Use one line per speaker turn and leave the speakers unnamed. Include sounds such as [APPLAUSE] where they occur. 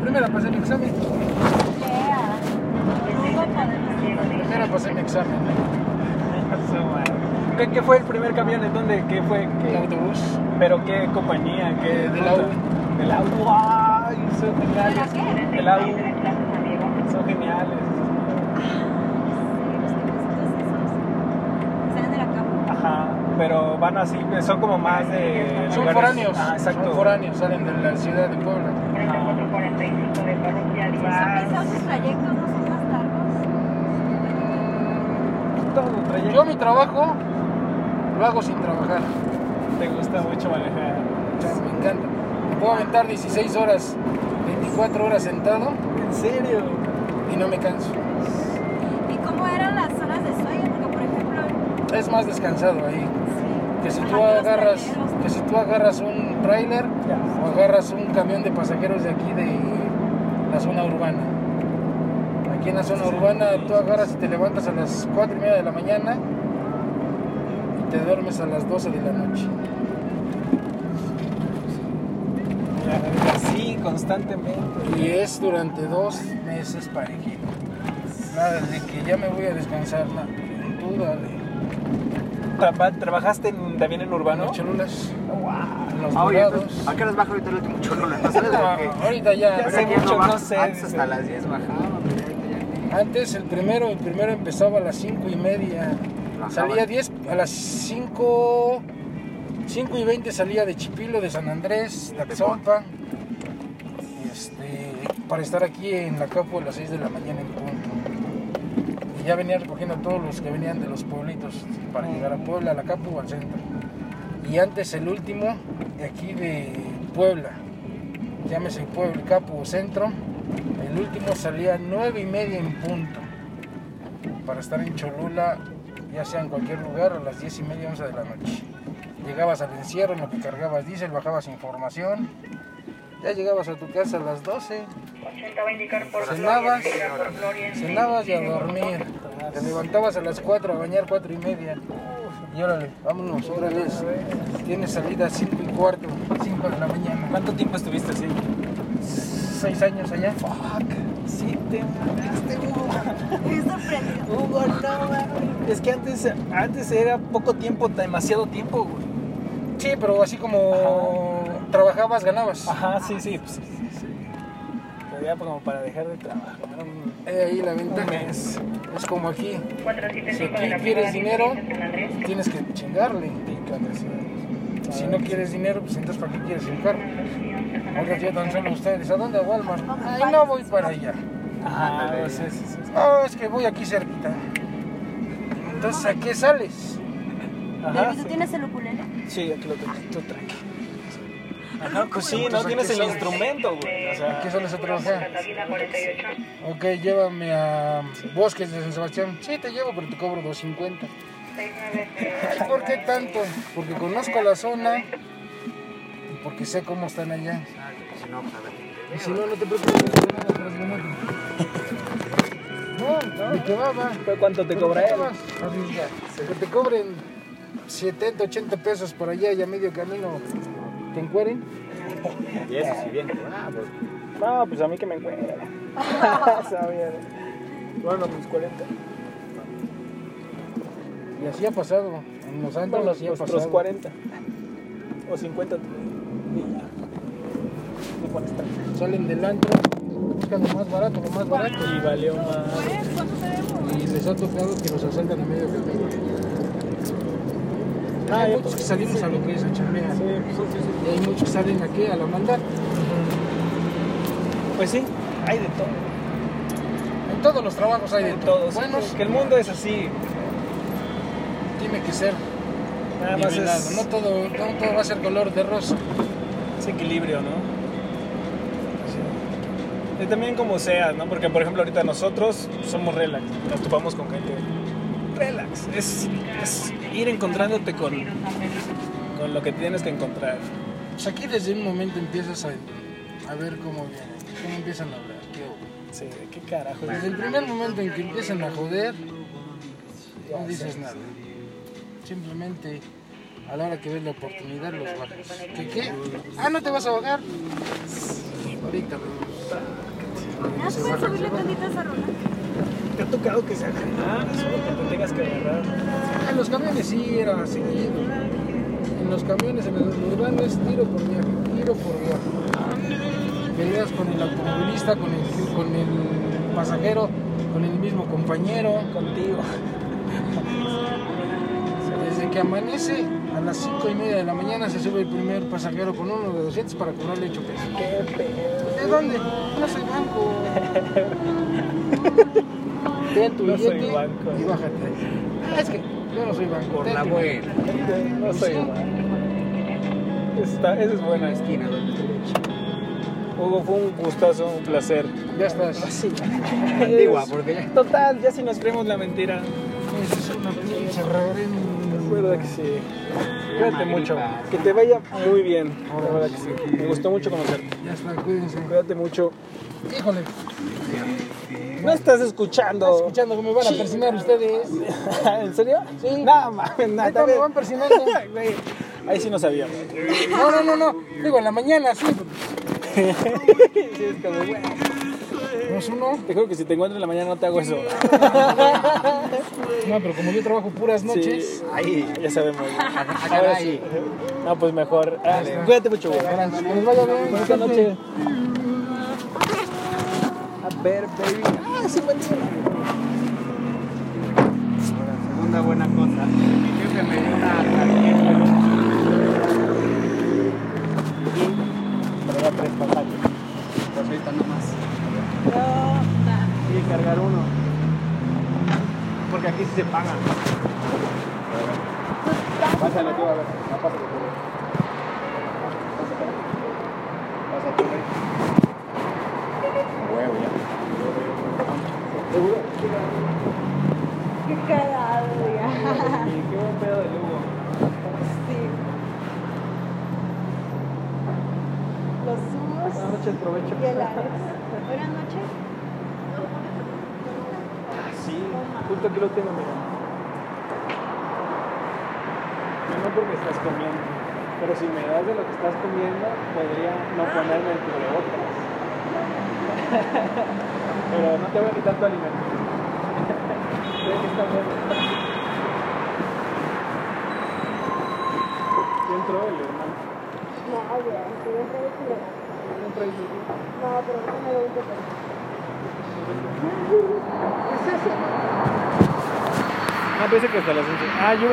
primera pasé mi examen. Primera
Yeah.
pasé mi examen.
¿Qué, qué fue el primer camión? ¿En dónde? ¿Qué fue?
El
¿Qué-
autobús.
¿Pero qué compañía? ¿Qué
Eh, de la
ruta? De la U. ¡Ay! Son
¿Pero
geniales.
qué?
De la U. Son geniales.
Salen de la cama.
Ajá. Pero van así, son como más de.
Son
lugares-
foráneos.
Ah, exacto.
Son foráneos, salen de la ciudad de Puebla.
O sea, sus trayectos no son más largos.
Todo trayecto.
Yo mi trabajo lo hago sin trabajar.
Te gusta mucho manejar.
O sea, me encanta. Me puedo aventar 16 horas, 24 horas sentado
¿En serio?
y no me canso.
¿Y cómo eran las horas de sueño? Porque, por ejemplo,
Es más descansado ahí.
sí.
Que si
Ajá,
tú
los
agarras,
traileros.
que
[LAUGHS]
si tú agarras un tráiler
Ya.
o agarras un camión de pasajeros de aquí de la zona urbana. Aquí en la zona urbana tú agarras y te levantas a las 4 y media de la mañana y te duermes a las 12 de la noche.
Ya, Así, constantemente.
Y es durante dos meses parejito. Nada de que ya me voy a descansar, la duda de
Traba- ¿Trabajaste en- también en urbano?
los cholulas, en los
Ah, oye,
dorados. Ah,
entonces, ¿a qué horas baja ahorita el último cholo? No
[LAUGHS]
sabes lo que-
Ahorita ya,
Ya sé.
Ahorita ya
mucho,
baja.
no sé,
Antes
dice.
hasta las 10 bajaba, pero ahorita ya ni-
antes el primero, el primero empezaba a las cinco y media.
Bajaban.
Salía 10, a las 5, 5 y 20 salía de Chipilo, de San Andrés, de Axompa, este, para estar aquí en la Capo a las 6 de la mañana en punto. Y ya venía recogiendo a todos los que venían de los pueblitos para llegar a Puebla, a la Capo o al centro. Y antes el último, de aquí de Puebla, llámese Puebla, Capo o centro, el último salía 9 y media en punto para estar en Cholula, ya sea en cualquier lugar, a las 10 y media, 11 de la noche. Llegabas al encierro, en lo que cargabas diésel, bajabas información, ya llegabas a tu casa a las 12, cenabas, cenabas y a dormir. Te levantabas a las 4 a bañar 4 y media. Y órale, vámonos, órale. Tienes salida a 5 y cuarto, 5 de la mañana.
¿Cuánto tiempo estuviste así?
6 años allá.
Sí, te mamaste, Hugo.
Estoy sorprendida.
Hugo, no, mames. Es que antes, antes era poco tiempo, demasiado tiempo, güey.
Sí, pero así como trabajabas, ganabas.
Ajá, sí, sí, pues, sí, sí, sí. Pero ya como para dejar de trabajar un,
Eh, ahí la
un
ventaja.
mes.
Es como aquí. Si aquí quieres dinero, tienes que chingarle. Si no quieres dinero, pues entonces ¿para qué quieres el carro? Ahora ya tan solo ustedes. ¿A dónde a Walmart? Ay, no voy para allá.
Ajá, sí, sí, sí.
Ah, es que voy aquí cerquita. Entonces, ¿a qué sales?
Ajá,
Baby, ¿tú
sí.
tienes el ukulele?
Sí, aquí lo tengo, tú tranqui. Ajá, pues sí, no
Entonces,
tienes
¿a qué
el
sales?
instrumento, güey. O
¿A
sea,
qué sales a trabajar? Ok, llévame a Bosques de San Sebastián. Sí, te llevo, pero te cobro 250. Ay, ¿Por qué tanto? Porque conozco la zona y porque sé cómo están allá.
Si no, pues, a ver.
Y si no, no te preocupes, te tomo la transgramata. No, de que va, va.
¿pero ¿cuánto te
¿Pero
cobra
qué te
él?
vas? Arriesga. Que te cobren 70, 80 pesos por allá y a medio camino te encueren.
Y eso sí bien cobrado.
No, pues a mí que me [LAUGHS] encuentra. Sabía. Bueno, mis 40.
Y así ha pasado. En los santos así ha
otros
pasado.
40. O 50. Y ya. Le pones 30.
Salen del antro, buscan lo más barato, lo más barato.
Y valió más.
Pues, ¿cuánto tenemos?
Y les ha tocado que los asaltan a medio camino.
Ah,
hay
ya
muchos que
pasó.
salimos a lo que es a chambear.
Sí, pues sí, sí, sí.
Y hay muchos que salen aquí a la maldad.
Pues sí, hay de todo.
En todos los trabajos hay de todo.
todos.
Bueno,
que el mundo es así.
tiene que ser
Nada más
nivelado.
es,
No todo, no todo va a ser color de rosa.
es equilibrio, ¿no? Y también como seas, ¿no? Porque, por ejemplo, ahorita nosotros somos relax. Nos topamos con gente relax. Es, es ir encontrándote con, con lo que tienes que encontrar.
Pues aquí desde un momento empiezas a, a ver cómo vienen, cómo empiezan a hablar, qué hubo.
Sí, qué carajo.
Pues Desde el primer momento en que empiezan a joder, no dices nada. Simplemente a la hora que ves la oportunidad los bajas. ¿Qué qué? Ah, no te vas a bajar. Ahorita. vemos.
¿Ya puedes subirle tantito a esa rola?
¿Te ha tocado que se agarra o que te tengas que agarrar?
En los camiones sí era seguido. En los camiones, en el urbano es tiro por viaje, tiro por viaje. Peleas con el automovilista, con el, con el pasajero, con el mismo compañero.
Contigo.
Desde que amanece, a las 5 y media de la mañana se sube el primer pasajero con uno de 200 para cobrarle 8 pesos.
Qué pedo.
¿De dónde? No soy
[LAUGHS]
banco. Ten tu
No soy
billete
banco.
y bájate. Ah, es que yo no soy banco.
Por
ten
la
tu
buena.
No soy igual. Está, esa es buena.
esquina donde te lo echo.
Hugo, fue un gustazo, un [LAUGHS] placer.
Ya estás.
Ah, Sí.
Antigua, porque ya.
Total, ya si nos creemos la mentira.
Es una pinche reverenda.
Recuerda que sí. Cuídate mucho. Que te vaya muy bien. La verdad que Oh, sí. Me gustó mucho conocerte.
Ya está, cuídense.
Cuídate mucho.
Híjole,
No estás escuchando.
escuchando que me van a
Oh. Sí.
persinar ustedes.
[LAUGHS] ¿En serio?
Sí.
No, mames, nada.
Ahorita me van persinando.
Güey, [LAUGHS] Ahí sí no sabíamos.
No, no, no, no. Digo, en la mañana, sí.
Sí, es como, güey,
Pues
[LAUGHS]
uno.
Te juro que si te encuentro en la mañana no te hago eso.
No, pero como yo trabajo puras noches.
Sí,
Ahí.
ya sabemos. Ahora
caray.
sí. No, pues mejor. Ah, cuídate mucho, güey.
Ahora, Que les vaya bien.
Buenas noches. A ver, baby. Ah, sí, buen día.
Segunda buena cosa. Creo que me dio una tarjeta.
Traía tres pasajes.
Pues ahorita no más.
Y cargar uno.
Porque aquí sí se paga. Pásale tú, a ver. No, pásale tú. Pásale tú. Huevo, ya.
Qué cagado, ya.
Y qué buen pedo de Lugo.
Sí. Los humos.
Buenas noches, provecho.
Y el Alex. Buenas noches.
Sí, justo aquí lo tengo, mira. No porque estás comiendo, pero si me das de lo que estás comiendo, podría no ponerme el cubrebocas. [LAUGHS] pero no te voy a quitar tu alimento. [LAUGHS] Sé que está bueno. ¿Quién entró el hermano?
No, güey, sí, yo creo que no.
¿Quién entró el
No, pero no me gusta.
No, pensé que hasta las 11. Ah, yo venía